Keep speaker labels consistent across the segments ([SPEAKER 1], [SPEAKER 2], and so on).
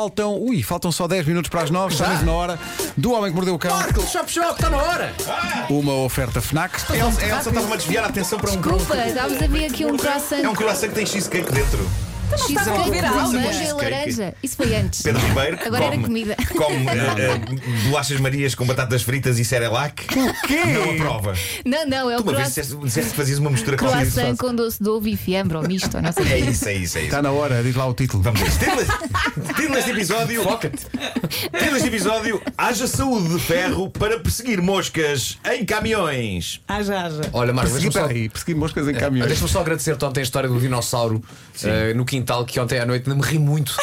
[SPEAKER 1] Faltam, ui, faltam só 10 minutos para as 9, está mesmo na hora do Homem que Mordeu o Cão,
[SPEAKER 2] Marcos, Shop Shop, está na hora!
[SPEAKER 1] uma oferta FNAC.
[SPEAKER 3] A Elsa, a Elsa estava a desviar a atenção para um
[SPEAKER 4] Desculpa, estávamos a ver aqui um croissant
[SPEAKER 3] É um croissant que tem cheesecake dentro.
[SPEAKER 4] cheesecake
[SPEAKER 5] a ouvir algo,
[SPEAKER 4] de
[SPEAKER 5] não é?
[SPEAKER 4] manga e laranja. Isso foi antes.
[SPEAKER 3] Pedro Ribeiro. que
[SPEAKER 4] Agora era
[SPEAKER 3] come-
[SPEAKER 4] comida.
[SPEAKER 3] que Come eh, eh, bolachas Marias com batatas fritas e cerelac. O quê? Não aprova.
[SPEAKER 4] Não, não, é
[SPEAKER 3] Tu
[SPEAKER 4] o
[SPEAKER 3] uma vez
[SPEAKER 4] croissant,
[SPEAKER 3] disseste disseste que fazias uma mistura qualquer de
[SPEAKER 4] croissant
[SPEAKER 3] doce.
[SPEAKER 4] com doce de ovo e fiambre ou misto, ou não
[SPEAKER 3] É
[SPEAKER 4] sei.
[SPEAKER 3] isso, é isso, é isso.
[SPEAKER 1] Está na hora, diz lá o título.
[SPEAKER 3] Vamos a isso. Título deste- Título deste episódio. Título deste episódio: Haja saúde de ferro para perseguir moscas em caminhões.
[SPEAKER 5] Haja, haja.
[SPEAKER 2] Olha, Marcos,
[SPEAKER 1] Persegui,
[SPEAKER 2] deixa-me só,
[SPEAKER 1] peraí, persegui moscas em caminhões.
[SPEAKER 2] deixa-me só agradecer-te ontem a história do dinossauro eh, no quintal, que ontem à noite ainda me ri muito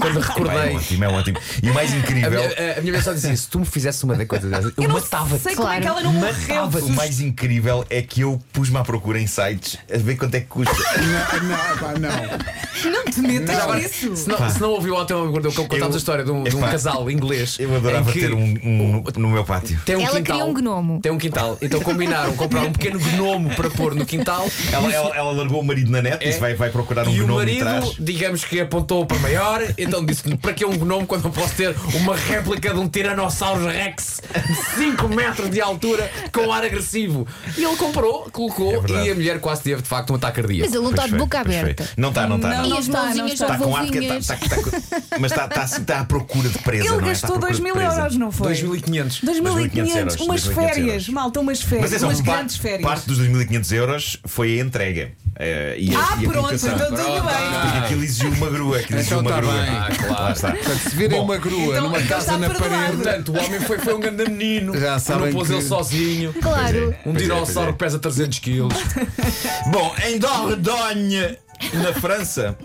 [SPEAKER 2] quando
[SPEAKER 3] Pá, É
[SPEAKER 2] recordei.
[SPEAKER 3] ótimo, é ótimo. E o mais
[SPEAKER 2] A
[SPEAKER 3] incrível.
[SPEAKER 2] minha, eh, a minha mensagem dizia: se tu me fizesse uma da coisa dessas, eu,
[SPEAKER 5] Eu não
[SPEAKER 2] matava-te.
[SPEAKER 5] sei como é que ela não morreu.
[SPEAKER 3] O mais incrível é que eu pus-me à procura em sites a ver quanto é que custa.
[SPEAKER 1] Não, não, pá, não.
[SPEAKER 5] Não te metas nisso.
[SPEAKER 2] Se não, se não ouviu ontem, eu guardei o cão, contámos
[SPEAKER 3] Eu-
[SPEAKER 2] a história de um,
[SPEAKER 3] é
[SPEAKER 2] de um
[SPEAKER 3] pá,
[SPEAKER 2] casal inglês.
[SPEAKER 3] Eu adorava
[SPEAKER 2] em que
[SPEAKER 3] ter um, um no- no meu pátio.
[SPEAKER 2] Tem um
[SPEAKER 4] Ela
[SPEAKER 2] quintal,
[SPEAKER 4] queria um gnomo.
[SPEAKER 2] Tem um quintal. Então combinaram comprar um pequeno gnomo para pôr no quintal.
[SPEAKER 3] Ela, ela- ela largou o marido na net e
[SPEAKER 2] É.
[SPEAKER 3] disse, vai, vai procurar um
[SPEAKER 2] E o
[SPEAKER 3] gnomo e
[SPEAKER 2] marido,
[SPEAKER 3] traz.
[SPEAKER 2] digamos que apontou para maior, então disse-lhe: para que um gnomo quando eu posso ter uma réplica de um Tiranossauro Rex de 5 metros de altura com ar agressivo? E ele comprou,
[SPEAKER 3] É
[SPEAKER 2] colocou
[SPEAKER 3] verdade.
[SPEAKER 2] e a mulher quase teve de facto um ataque cardíaco.
[SPEAKER 4] Mas ele não está
[SPEAKER 5] tá
[SPEAKER 3] Pois foi,
[SPEAKER 4] de boca
[SPEAKER 3] pois foi.
[SPEAKER 4] aberta.
[SPEAKER 3] Não está, não está.
[SPEAKER 5] Não,
[SPEAKER 4] E
[SPEAKER 3] não.
[SPEAKER 4] as
[SPEAKER 5] está, não
[SPEAKER 4] mãozinhas
[SPEAKER 5] está.
[SPEAKER 4] já
[SPEAKER 3] Está com ar que tá- está, está,
[SPEAKER 4] vovinhas.
[SPEAKER 3] está, com- mas está, está, está à procura de presa. não é?
[SPEAKER 5] Ele
[SPEAKER 3] Está à
[SPEAKER 5] gastou
[SPEAKER 3] procura
[SPEAKER 5] 2 mil
[SPEAKER 3] de presa.
[SPEAKER 5] euros, não foi?
[SPEAKER 2] 2500.
[SPEAKER 3] 2.500
[SPEAKER 5] 2.500,
[SPEAKER 3] euros,
[SPEAKER 5] umas
[SPEAKER 3] 2.500
[SPEAKER 5] férias,
[SPEAKER 3] euros.
[SPEAKER 5] malta, umas
[SPEAKER 3] Mas é
[SPEAKER 5] férias,
[SPEAKER 3] atenção,
[SPEAKER 5] é? umas
[SPEAKER 3] pa-
[SPEAKER 5] grandes férias.
[SPEAKER 3] parte dos 2.500 euros foi a entrega. eh, e a,
[SPEAKER 5] Ah,
[SPEAKER 3] e a Ah.
[SPEAKER 5] pronto,
[SPEAKER 3] colocação.
[SPEAKER 5] então tudo bem.
[SPEAKER 3] Porque aquilo exigiu uma grua. Aquilo exigiu
[SPEAKER 1] Então está
[SPEAKER 3] uma grua.
[SPEAKER 1] bem.
[SPEAKER 3] Ah, claro. Lá está.
[SPEAKER 1] Portanto, se virem
[SPEAKER 2] Bom,
[SPEAKER 1] uma grua
[SPEAKER 5] então-
[SPEAKER 1] numa
[SPEAKER 5] então
[SPEAKER 1] casa
[SPEAKER 5] está
[SPEAKER 1] na
[SPEAKER 5] perdoado.
[SPEAKER 1] parede.
[SPEAKER 2] Portanto, o homem foi, foi um grande menino,
[SPEAKER 1] Já sabem
[SPEAKER 2] não pôs
[SPEAKER 1] que-
[SPEAKER 2] ele sozinho.
[SPEAKER 3] Pois
[SPEAKER 4] Claro.
[SPEAKER 3] é,
[SPEAKER 2] Um
[SPEAKER 3] pois é,
[SPEAKER 2] dinossauro que
[SPEAKER 3] pois
[SPEAKER 2] pesa 300 quilos.
[SPEAKER 3] é. Bom, em Dordogne, na França.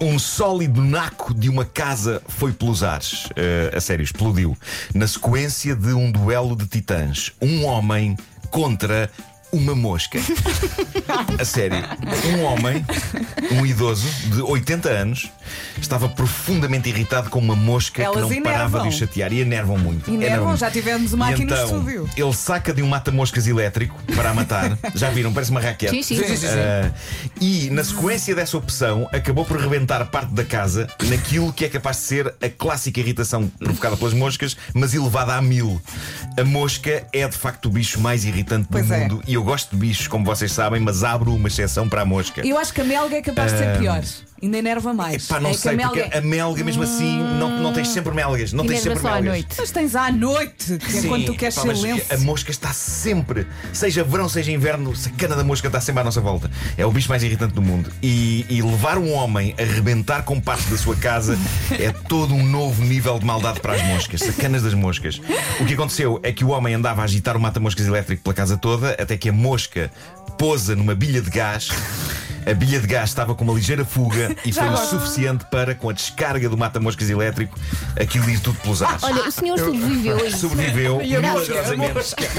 [SPEAKER 3] Um sólido naco de uma casa foi pelos ares. Eh, a sério, explodiu. Na sequência de um duelo de titãs. Um homem contra uma mosca. A sério, um homem, um idoso de 80 anos, estava profundamente irritado com uma mosca que
[SPEAKER 5] Elas
[SPEAKER 3] não parava
[SPEAKER 5] enervam.
[SPEAKER 3] de o chatear. E enervam muito.
[SPEAKER 5] Enervam, já tivemos uma
[SPEAKER 3] E
[SPEAKER 5] aqui no
[SPEAKER 3] então,
[SPEAKER 5] estúdio.
[SPEAKER 3] Ele saca de um mata-moscas elétrico para a matar. já viram? Parece uma raquete.
[SPEAKER 4] Sim, sim.
[SPEAKER 2] Sim, sim, sim.
[SPEAKER 3] Ah, e na sequência dessa opção, acabou por rebentar parte da casa naquilo que é capaz de ser a clássica irritação provocada pelas moscas, mas elevada a mil. A mosca é de facto o bicho mais irritante do
[SPEAKER 5] Pois é.
[SPEAKER 3] mundo e eu gosto de bichos, como vocês sabem, mas abro uma exceção para a mosca.
[SPEAKER 5] Eu acho que a melga é capaz de ser pior. Ainda enerva mais.
[SPEAKER 3] Pá, Ah. não
[SPEAKER 5] é que a
[SPEAKER 3] sei,
[SPEAKER 5] melga. Hum.
[SPEAKER 3] porque a melga, mesmo assim, não, não tens sempre melgas. Não
[SPEAKER 4] E
[SPEAKER 3] tens
[SPEAKER 4] lembra
[SPEAKER 3] sempre
[SPEAKER 4] só à
[SPEAKER 3] melgas.
[SPEAKER 4] noite.
[SPEAKER 5] Mas tens à noite, que
[SPEAKER 3] Sim,
[SPEAKER 5] enquanto tu queres
[SPEAKER 3] pá,
[SPEAKER 5] ser
[SPEAKER 3] mas
[SPEAKER 5] lenço.
[SPEAKER 3] A mosca está sempre, seja verão, seja inverno, a cana da mosca está sempre à nossa volta. É o bicho mais irritante do mundo. E, e levar um homem a rebentar com parte da sua casa é todo um novo nível de maldade para as moscas, sacanas das moscas. O que aconteceu é que o homem andava a agitar o mata-moscas elétrico pela casa toda, até que a mosca pousa numa bilha de gás. A bilha de gás estava com uma ligeira fuga e foi o suficiente para, com a descarga do mata-moscas elétrico, aquilo ir tudo pelos ares
[SPEAKER 4] Olha, o senhor sobreviveu a isso.
[SPEAKER 3] sobreviveu é
[SPEAKER 4] milagrosamente.
[SPEAKER 3] milagrosamente.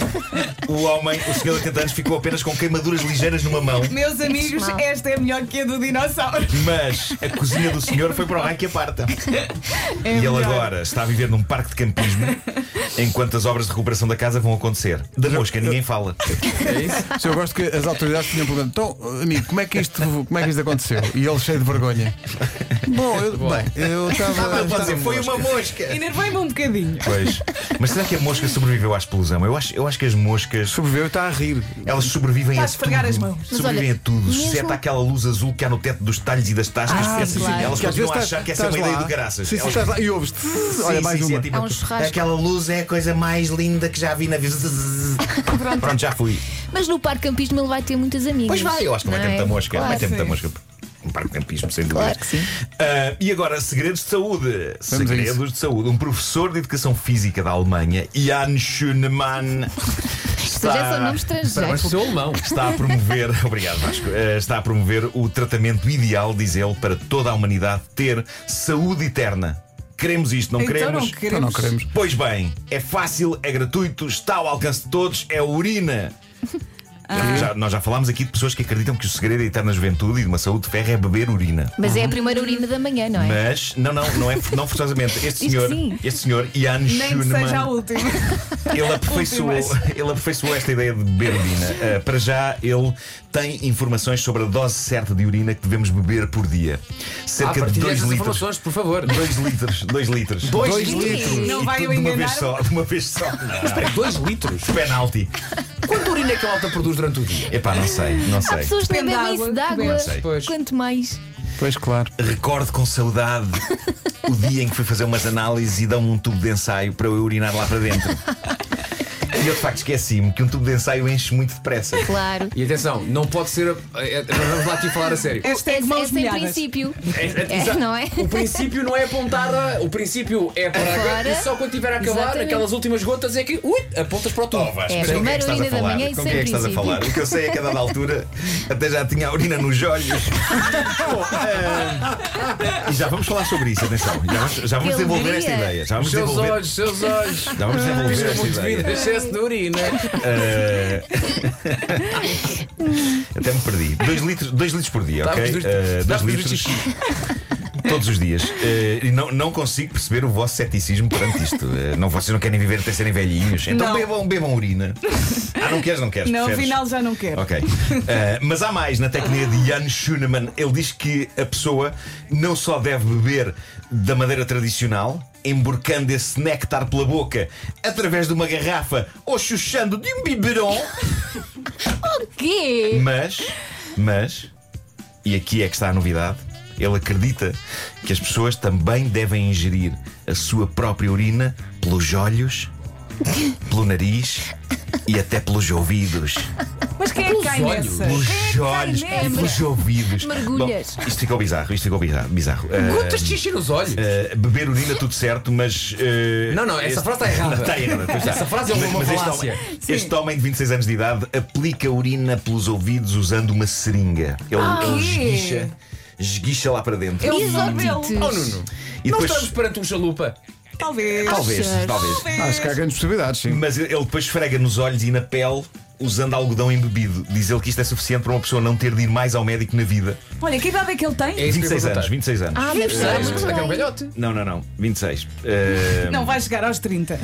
[SPEAKER 3] O homem, o senhor de 80 anos, ficou apenas com queimaduras ligeiras numa mão,
[SPEAKER 5] Meus amigos,
[SPEAKER 4] mal.
[SPEAKER 5] esta é melhor que a do dinossauro.
[SPEAKER 3] mas a cozinha do senhor foi para o ranking aparta. e ele agora está a viver num parque de campismo enquanto as obras de recuperação da casa vão acontecer. Da mosca, ninguém fala.
[SPEAKER 1] Se Eu gosto que as autoridades tinham perguntado, então, amigo, como é que isto, como é que isto aconteceu? E ele cheio de vergonha. Bom, eu, bem, eu estava.
[SPEAKER 3] Ele pode dizer, foi uma mosca.
[SPEAKER 5] Enervei-me um bocadinho.
[SPEAKER 3] Pois. Mas será que a mosca sobreviveu à explosão? Eu acho, eu acho que as moscas.
[SPEAKER 1] Sobreviveu e está a rir.
[SPEAKER 3] Elas sobrevivem
[SPEAKER 5] Está
[SPEAKER 3] a
[SPEAKER 5] a esfregar
[SPEAKER 3] tudo.
[SPEAKER 5] as mãos.
[SPEAKER 4] Mas
[SPEAKER 3] Sobrevivem
[SPEAKER 4] olha,
[SPEAKER 3] a tudo,
[SPEAKER 4] mesmo-
[SPEAKER 3] exceto aquela luz azul que há no teto dos talhos e das tascas.
[SPEAKER 1] Ah,
[SPEAKER 3] Essa-
[SPEAKER 4] claro.
[SPEAKER 3] Elas
[SPEAKER 1] Que às vezes
[SPEAKER 3] continuam a
[SPEAKER 1] tá-
[SPEAKER 3] achar que essa é
[SPEAKER 1] estás
[SPEAKER 3] uma ideia
[SPEAKER 1] lá.
[SPEAKER 3] do caraças.
[SPEAKER 1] Sim, sim,
[SPEAKER 3] Elas-
[SPEAKER 1] estás lá e ouves-te.
[SPEAKER 3] Sim,
[SPEAKER 1] Olha,
[SPEAKER 3] sim,
[SPEAKER 1] mais
[SPEAKER 3] sim,
[SPEAKER 1] uma.
[SPEAKER 3] é tipo,
[SPEAKER 4] Há um churrasco.
[SPEAKER 3] Aquela luz é a coisa mais linda que já vi na vida. Pronto. já fui.
[SPEAKER 4] Mas no parque campismo ele vai ter muitas amigas.
[SPEAKER 3] Pois vai, eu acho que não vai ter
[SPEAKER 4] Não é?
[SPEAKER 3] muita mosca. Não vai ter
[SPEAKER 5] Claro,
[SPEAKER 3] muita
[SPEAKER 5] sim.
[SPEAKER 3] mosca. Um parque de campismo, sem dúvida.
[SPEAKER 4] Claro que sim.
[SPEAKER 3] Ah, e agora, segredos de saúde.
[SPEAKER 1] Vamos a isso.
[SPEAKER 3] segredos de saúde. Um professor de educação física da Alemanha, Jan Schünemann.
[SPEAKER 4] Isto
[SPEAKER 3] está-
[SPEAKER 4] já são nomes
[SPEAKER 2] Mas
[SPEAKER 4] estrangeiros.
[SPEAKER 2] sou alemão.
[SPEAKER 3] Está a promover, obrigado Vasco, Eh, está a promover o tratamento ideal, diz ele, para toda a humanidade ter saúde eterna. Queremos isto, não
[SPEAKER 5] então
[SPEAKER 3] queremos?
[SPEAKER 5] não
[SPEAKER 1] Então
[SPEAKER 5] queremos.
[SPEAKER 1] não queremos.
[SPEAKER 3] Pois bem, é fácil, é gratuito, está ao alcance de todos, é urina.
[SPEAKER 5] Ah.
[SPEAKER 3] Já- nós já falámos aqui de pessoas que acreditam que o segredo da eterna juventude e de uma saúde de ferro é beber urina.
[SPEAKER 4] Mas é a primeira urina da manhã, não é?
[SPEAKER 3] Uhum. Mas, não, não, não é não forçosamente. Este
[SPEAKER 4] Isto
[SPEAKER 3] senhor,
[SPEAKER 4] sim.
[SPEAKER 3] este senhor, Ian
[SPEAKER 5] Nem que seja a
[SPEAKER 3] Schunemann,
[SPEAKER 5] última.
[SPEAKER 3] ele aperfeiçoou,
[SPEAKER 5] Últimas.
[SPEAKER 3] ele aperfeiçoou esta ideia de beber urina. Ah, para já, ele tem informações sobre a dose certa de urina que devemos beber por dia.
[SPEAKER 2] Ah,
[SPEAKER 3] Cerca de
[SPEAKER 2] partilha
[SPEAKER 3] 2
[SPEAKER 2] essas
[SPEAKER 3] litros.
[SPEAKER 2] informações, por favor.
[SPEAKER 3] 2 litros, 2 litros.
[SPEAKER 2] Dois
[SPEAKER 1] Dois
[SPEAKER 2] litros.
[SPEAKER 1] litros.
[SPEAKER 5] Não
[SPEAKER 3] E
[SPEAKER 5] vai
[SPEAKER 3] tudo
[SPEAKER 5] eu
[SPEAKER 3] de uma
[SPEAKER 5] enganar.
[SPEAKER 3] vez só, de uma vez só.
[SPEAKER 2] Espera, dois litros?
[SPEAKER 3] Penalti.
[SPEAKER 2] Quanta urina é que a malta produz durante o dia?
[SPEAKER 3] Epá, não sei, não
[SPEAKER 4] Há
[SPEAKER 3] sei.
[SPEAKER 4] pessoas que
[SPEAKER 5] Depende
[SPEAKER 4] nem
[SPEAKER 5] da
[SPEAKER 4] bebem isso de
[SPEAKER 5] água que
[SPEAKER 4] água.
[SPEAKER 5] bebes.
[SPEAKER 3] Sei.
[SPEAKER 2] Pois.
[SPEAKER 4] Quanto mais.
[SPEAKER 1] Pois claro.
[SPEAKER 3] Recordo com saudade o dia em que fui fazer umas análises e dão-me um tubo de ensaio para eu urinar lá para dentro. E eu de facto esqueci-me que um tubo de ensaio enche muito depressa.
[SPEAKER 4] Claro.
[SPEAKER 2] E atenção, não pode ser. a- é- Nós vamos lá aqui falar a sério.
[SPEAKER 4] É,
[SPEAKER 5] Hashtag
[SPEAKER 4] é
[SPEAKER 5] mãos
[SPEAKER 4] sem
[SPEAKER 5] molhadas.
[SPEAKER 4] princípio.
[SPEAKER 2] É- é-
[SPEAKER 4] É, não é?
[SPEAKER 2] O princípio não é apontada, o princípio é para
[SPEAKER 4] Agora.
[SPEAKER 2] agora e só quando tiver a acabar,
[SPEAKER 4] Exatamente.
[SPEAKER 2] aquelas últimas gotas é que ui, apontas para o tubo.
[SPEAKER 3] Oh, Vasco, mas com
[SPEAKER 4] É,
[SPEAKER 3] quem é que
[SPEAKER 4] primeiro
[SPEAKER 3] estás
[SPEAKER 4] urina
[SPEAKER 3] a
[SPEAKER 4] da
[SPEAKER 3] falar?
[SPEAKER 4] manhã e
[SPEAKER 3] Com quem é
[SPEAKER 4] sem
[SPEAKER 3] que estás a
[SPEAKER 4] princípio.
[SPEAKER 3] falar? O que eu sei é que a dada altura até já tinha a urina nos olhos. Eh, e já vamos falar sobre isso, atenção. Já vamos, já vamos
[SPEAKER 4] Que
[SPEAKER 3] desenvolver esta
[SPEAKER 4] alegria.
[SPEAKER 3] ideia. Já vamos
[SPEAKER 2] Seus
[SPEAKER 3] desenvolver.
[SPEAKER 2] olhos, seus olhos.
[SPEAKER 3] Já vamos desenvolver
[SPEAKER 2] Isto é
[SPEAKER 3] esta
[SPEAKER 2] muito
[SPEAKER 3] ideia. É.
[SPEAKER 2] devido a excesso de urina.
[SPEAKER 3] Eh, Até me perdi. 2 litros, dois litros por dia, ok?
[SPEAKER 2] Dá-vos dois litros.
[SPEAKER 3] Eh, dois
[SPEAKER 2] Dá-vos dois
[SPEAKER 3] litros
[SPEAKER 2] litros.
[SPEAKER 3] todos os dias. Eh, e não, não consigo perceber o vosso ceticismo perante isto. Eh, não, vocês não querem viver até serem velhinhos. Então
[SPEAKER 5] Não.
[SPEAKER 3] bebam, bebam urina. Ah, não queres, não queres.
[SPEAKER 5] Não,
[SPEAKER 3] preferes?
[SPEAKER 5] afinal já não quero.
[SPEAKER 3] Ok. Eh, mas há mais na técnica de Jan Schunemann. Ele diz que a pessoa não só deve beber da maneira tradicional, emborcando esse néctar pela boca através de uma garrafa ou chuchando de um biberon,
[SPEAKER 4] O quê?
[SPEAKER 3] mas, mas, e aqui é que está a novidade. Ele acredita que as pessoas também devem ingerir a sua própria urina pelos olhos, pelo nariz e até pelos ouvidos.
[SPEAKER 5] Mas quem é que cai
[SPEAKER 2] olhos.
[SPEAKER 5] nessa?
[SPEAKER 3] Pelos olhos,
[SPEAKER 5] nessa?
[SPEAKER 3] pelos ouvidos.
[SPEAKER 4] Mergulhas.
[SPEAKER 3] Bom, isto ficou bizarro, isto ficou bizarro. bizarro. Ah,
[SPEAKER 2] Gotas de xixi nos olhos.
[SPEAKER 3] ah, beber urina, tudo certo, mas. ah,
[SPEAKER 2] Não, não, essa
[SPEAKER 3] este-
[SPEAKER 2] frase está errada.
[SPEAKER 3] Está errada, pois está.
[SPEAKER 2] Essa frase é uma
[SPEAKER 3] mas este
[SPEAKER 2] falácia.
[SPEAKER 3] homem, este homem de 26 anos de idade aplica urina pelos ouvidos usando uma seringa. Ele, ele
[SPEAKER 5] Ah, quê?
[SPEAKER 3] esguicha, esguicha lá para dentro.
[SPEAKER 5] Eu-
[SPEAKER 4] E
[SPEAKER 5] Não,
[SPEAKER 4] exótites.
[SPEAKER 2] Oh Nuno,
[SPEAKER 3] E
[SPEAKER 2] não
[SPEAKER 3] depois-
[SPEAKER 2] estamos perante um chalupa.
[SPEAKER 5] Talvez.
[SPEAKER 3] Talvez,
[SPEAKER 4] Achas?
[SPEAKER 3] talvez.
[SPEAKER 1] Acho que há grandes possibilidades, sim.
[SPEAKER 3] Mas ele depois esfrega nos olhos e na pele usando algodão embebido. Diz ele que isto é suficiente para uma pessoa não ter de ir mais ao médico na vida.
[SPEAKER 5] Olha, que idade é que ele tem?
[SPEAKER 2] É isso que eu ia
[SPEAKER 3] 26
[SPEAKER 2] perguntar.
[SPEAKER 3] anos, 26 anos.
[SPEAKER 4] Ah, deve estar
[SPEAKER 2] É,
[SPEAKER 4] muito
[SPEAKER 2] é que é um
[SPEAKER 4] bem.
[SPEAKER 2] galhote.
[SPEAKER 3] Não, não, não, 26. Ah,
[SPEAKER 5] Não vai chegar aos 30.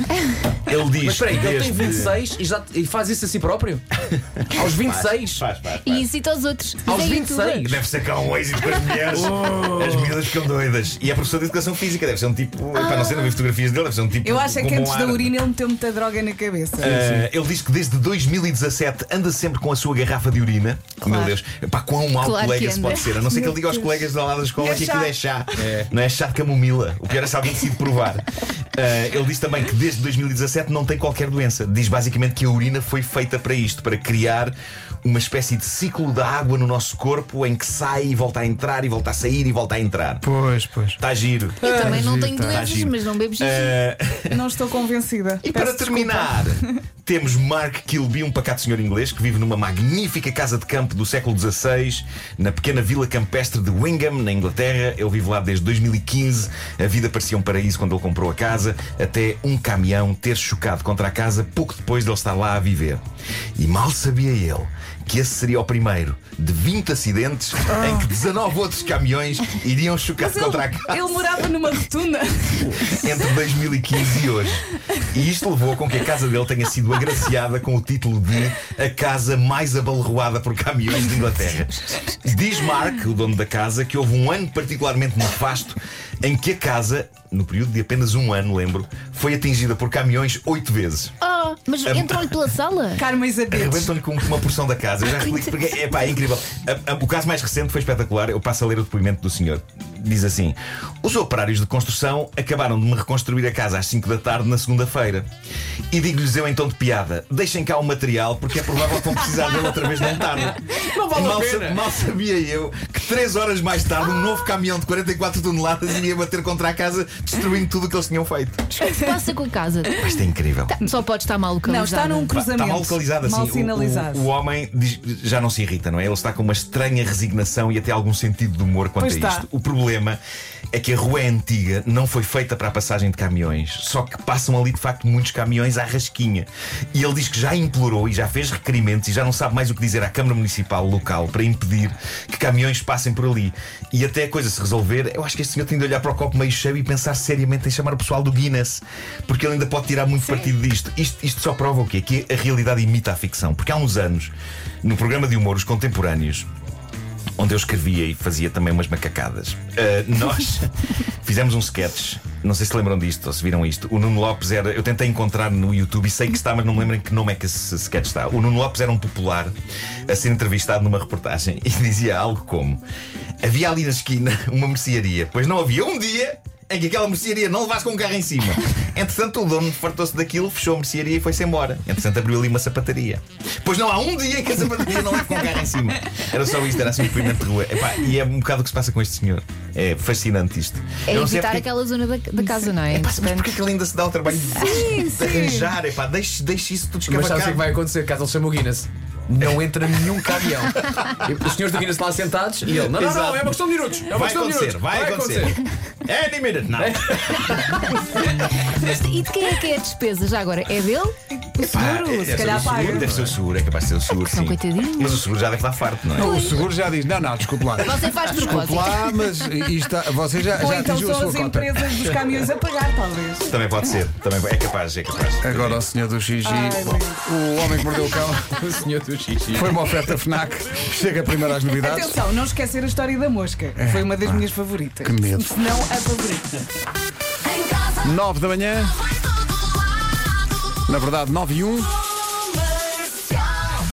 [SPEAKER 3] Ele diz
[SPEAKER 2] Mas espera aí,
[SPEAKER 3] que
[SPEAKER 2] ele tem
[SPEAKER 3] desde-
[SPEAKER 2] 26 e, já, e faz isso a si próprio? Aos 26?
[SPEAKER 3] Faz, faz, faz.
[SPEAKER 4] E incita aos outros.
[SPEAKER 2] Aos
[SPEAKER 4] Mas é
[SPEAKER 2] 26?
[SPEAKER 4] youtuber.
[SPEAKER 3] Deve ser cá um êxito para as mulheres. As miúdas ficam doidas. E é professor de educação física, deve ser um tipo. Para não ser, não vi fotografias dele, deve ser um tipo.
[SPEAKER 5] Eu acho é
[SPEAKER 3] com
[SPEAKER 5] que
[SPEAKER 3] bom
[SPEAKER 5] antes da
[SPEAKER 3] ar.
[SPEAKER 5] urina ele meteu muita droga na cabeça.
[SPEAKER 3] Ah, ele diz que desde 2017 anda sempre com a sua garrafa de urina. Meu Deus, pá, quão mau
[SPEAKER 4] Claro
[SPEAKER 3] colega
[SPEAKER 4] que
[SPEAKER 3] se pode
[SPEAKER 4] anda.
[SPEAKER 3] ser. A não ser que ele diga aos colegas da lá da escola
[SPEAKER 5] É
[SPEAKER 3] que aquilo
[SPEAKER 5] chá.
[SPEAKER 3] é chá. Não é chá de camomila. O pior é se alguém decide provar. Ah, ele diz também que desde 2017 não tem qualquer doença. Diz basicamente que a urina foi feita para isto para criar uma espécie de ciclo da água no nosso corpo em que sai e volta a entrar e volta a sair e volta a entrar.
[SPEAKER 1] Pois, pois.
[SPEAKER 3] Está giro.
[SPEAKER 4] Eu também não
[SPEAKER 1] giro,
[SPEAKER 4] tenho
[SPEAKER 1] tá.
[SPEAKER 3] Tá
[SPEAKER 4] doenças,
[SPEAKER 3] giro.
[SPEAKER 4] mas não bebo xixi.
[SPEAKER 3] Ah,
[SPEAKER 5] Não estou convencida.
[SPEAKER 3] E para terminar, temos Mark Kilby, um pacato senhor inglês que vive numa magnífica casa de campo do século XVI, na pequena vila campestre de Wingham, na Inglaterra. Ele vive lá desde 2015. A vida parecia um paraíso quando ele comprou a casa, até um caminhão ter chocado contra a casa pouco depois de ele estar lá a viver. E mal sabia ele que esse seria o primeiro de 20 acidentes em que 19 outros caminhões iriam chocar
[SPEAKER 5] Ah. Mas ele-
[SPEAKER 3] contra a casa
[SPEAKER 5] ele morava numa rotunda.
[SPEAKER 3] entre 2015 e hoje. E isto levou com que a casa dele tenha sido agraciada com o título de a casa mais abalroada por caminhões de Inglaterra. Diz Mark, o dono da casa, que houve um ano particularmente nefasto em que a casa, no período de apenas um ano, lembro, foi atingida por caminhões oito vezes.
[SPEAKER 4] Oh, mas entram-lhe pela sala?
[SPEAKER 5] Carmen Isabetes.
[SPEAKER 3] Arrebentam-lhe É, com uma porção da casa. Eu já explico porque é, pá, é incrível. A- a- o caso mais recente foi espetacular. Eu passo a ler o depoimento do senhor. Diz assim: Os operários de construção acabaram de me reconstruir a casa às 5 da tarde na segunda-feira. E digo-lhes eu em tom de piada: deixem cá o material porque é provável que vão precisar dele outra vez não tarde.
[SPEAKER 2] Não vale a
[SPEAKER 3] mal,
[SPEAKER 2] pena.
[SPEAKER 3] sa- mal sabia eu que 3 horas mais tarde um novo caminhão de 44 toneladas iria bater contra a casa, destruindo tudo o que eles tinham feito.
[SPEAKER 4] O que é que se passa com a casa?
[SPEAKER 3] Pá, Isto é incrível.
[SPEAKER 4] Só pode estar mal
[SPEAKER 5] Não, está num
[SPEAKER 3] Pá, Está
[SPEAKER 5] cruzamento.
[SPEAKER 3] Tá, mal localizado assim.
[SPEAKER 5] Mal
[SPEAKER 3] O-
[SPEAKER 5] sinalizado.
[SPEAKER 3] O, o homem diz- já não se irrita, não é? Ele está com uma estranha resignação e até algum sentido de humor quanto
[SPEAKER 5] Pois
[SPEAKER 3] a
[SPEAKER 5] está.
[SPEAKER 3] isto. O problema é que a rua é antiga, não foi feita para a passagem de caminhões, só que passam ali de facto muitos caminhões à rasquinha. E ele diz que já implorou e já fez requerimentos e já não sabe mais o que dizer à Câmara Municipal local para impedir que caminhões passem por ali. E até a coisa se resolver, eu acho que este senhor tem de olhar para o copo meio cheio e pensar seriamente em chamar o pessoal do Guinness, porque ele ainda pode tirar muito partido disto. Isto, isto só prova o quê? Que a realidade imita a ficção. Porque há uns anos, no programa de humor Os Contemporâneos, onde eu escrevia e fazia também umas macacadas. Ah, nós fizemos um sketch, não sei se lembram disto ou se viram isto. O Nuno Lopes era. Eu tentei encontrar no YouTube e sei que está, mas não me lembro em que nome é que esse sketch está. O Nuno Lopes era um popular a ser entrevistado numa reportagem e dizia algo como: Havia ali na esquina uma mercearia, pois não havia um dia. Em que aquela mercearia não levasse com um carro em cima. Entretanto, o dono fartou-se daquilo, fechou a mercearia e foi-se embora. Entretanto, abriu ali uma sapataria. Pois não há um dia que a sapataria não leve com um carro em cima. Era só isto, era assim um experimento de rua. Epá, e é um bocado o que se passa com este senhor. É fascinante isto.
[SPEAKER 4] É
[SPEAKER 3] Eu não sei
[SPEAKER 4] evitar
[SPEAKER 3] porque-
[SPEAKER 4] aquela zona da, da casa, não é?
[SPEAKER 3] Epá, mas porquê que ele ainda se dá o trabalho de,
[SPEAKER 5] sim.
[SPEAKER 3] de arranjar? Epá, deixe, deixe isso tudo
[SPEAKER 2] Mas sabes o que é
[SPEAKER 3] escavacar.
[SPEAKER 2] que vai acontecer caso ele chame o Guinness? Não entra nenhum caminhão. E Os senhores do Guinness lá sentados e ele. Não, não, não,
[SPEAKER 3] Exato.
[SPEAKER 2] é uma questão de minutos. É uma
[SPEAKER 3] Vai
[SPEAKER 2] questão de
[SPEAKER 3] acontecer,
[SPEAKER 2] minutos.
[SPEAKER 3] vai acontecer. É, Any minute now.
[SPEAKER 4] Mas E de quem é que é a despesa já agora? É dele?
[SPEAKER 5] O seguro,
[SPEAKER 3] é, Deve
[SPEAKER 5] se
[SPEAKER 3] ser
[SPEAKER 5] calhar
[SPEAKER 3] o seguro,
[SPEAKER 5] paga.
[SPEAKER 3] Deve ser o seguro, é capaz de ser o seguro.
[SPEAKER 4] são
[SPEAKER 3] sim.
[SPEAKER 4] coitadinhos.
[SPEAKER 3] Mas o seguro já deve estar farto, não é?
[SPEAKER 1] O seguro já diz: não, não, desculpe lá.
[SPEAKER 4] Você faz
[SPEAKER 1] Desculpe
[SPEAKER 4] propósito.
[SPEAKER 1] lá, mas isto, você já,
[SPEAKER 5] Ou
[SPEAKER 1] já
[SPEAKER 5] então
[SPEAKER 1] atingiu a
[SPEAKER 5] são
[SPEAKER 1] sua
[SPEAKER 5] as
[SPEAKER 1] cota.
[SPEAKER 5] empresas dos caminhões a pagar, talvez.
[SPEAKER 3] Também pode ser, também é capaz, é capaz.
[SPEAKER 1] Agora o senhor do Gigi,
[SPEAKER 5] Ai,
[SPEAKER 1] bom, o homem que mordeu o cão,
[SPEAKER 2] O senhor do xixi.
[SPEAKER 1] foi uma oferta Fnac, chega primeiro às novidades.
[SPEAKER 5] Atenção, não esquecer a história da mosca.
[SPEAKER 3] É.
[SPEAKER 5] Foi uma
[SPEAKER 3] Ah.
[SPEAKER 5] das minhas favoritas.
[SPEAKER 1] que medo.
[SPEAKER 5] Se não, a favorita.
[SPEAKER 1] 9 da manhã, na verdade 9 e 1.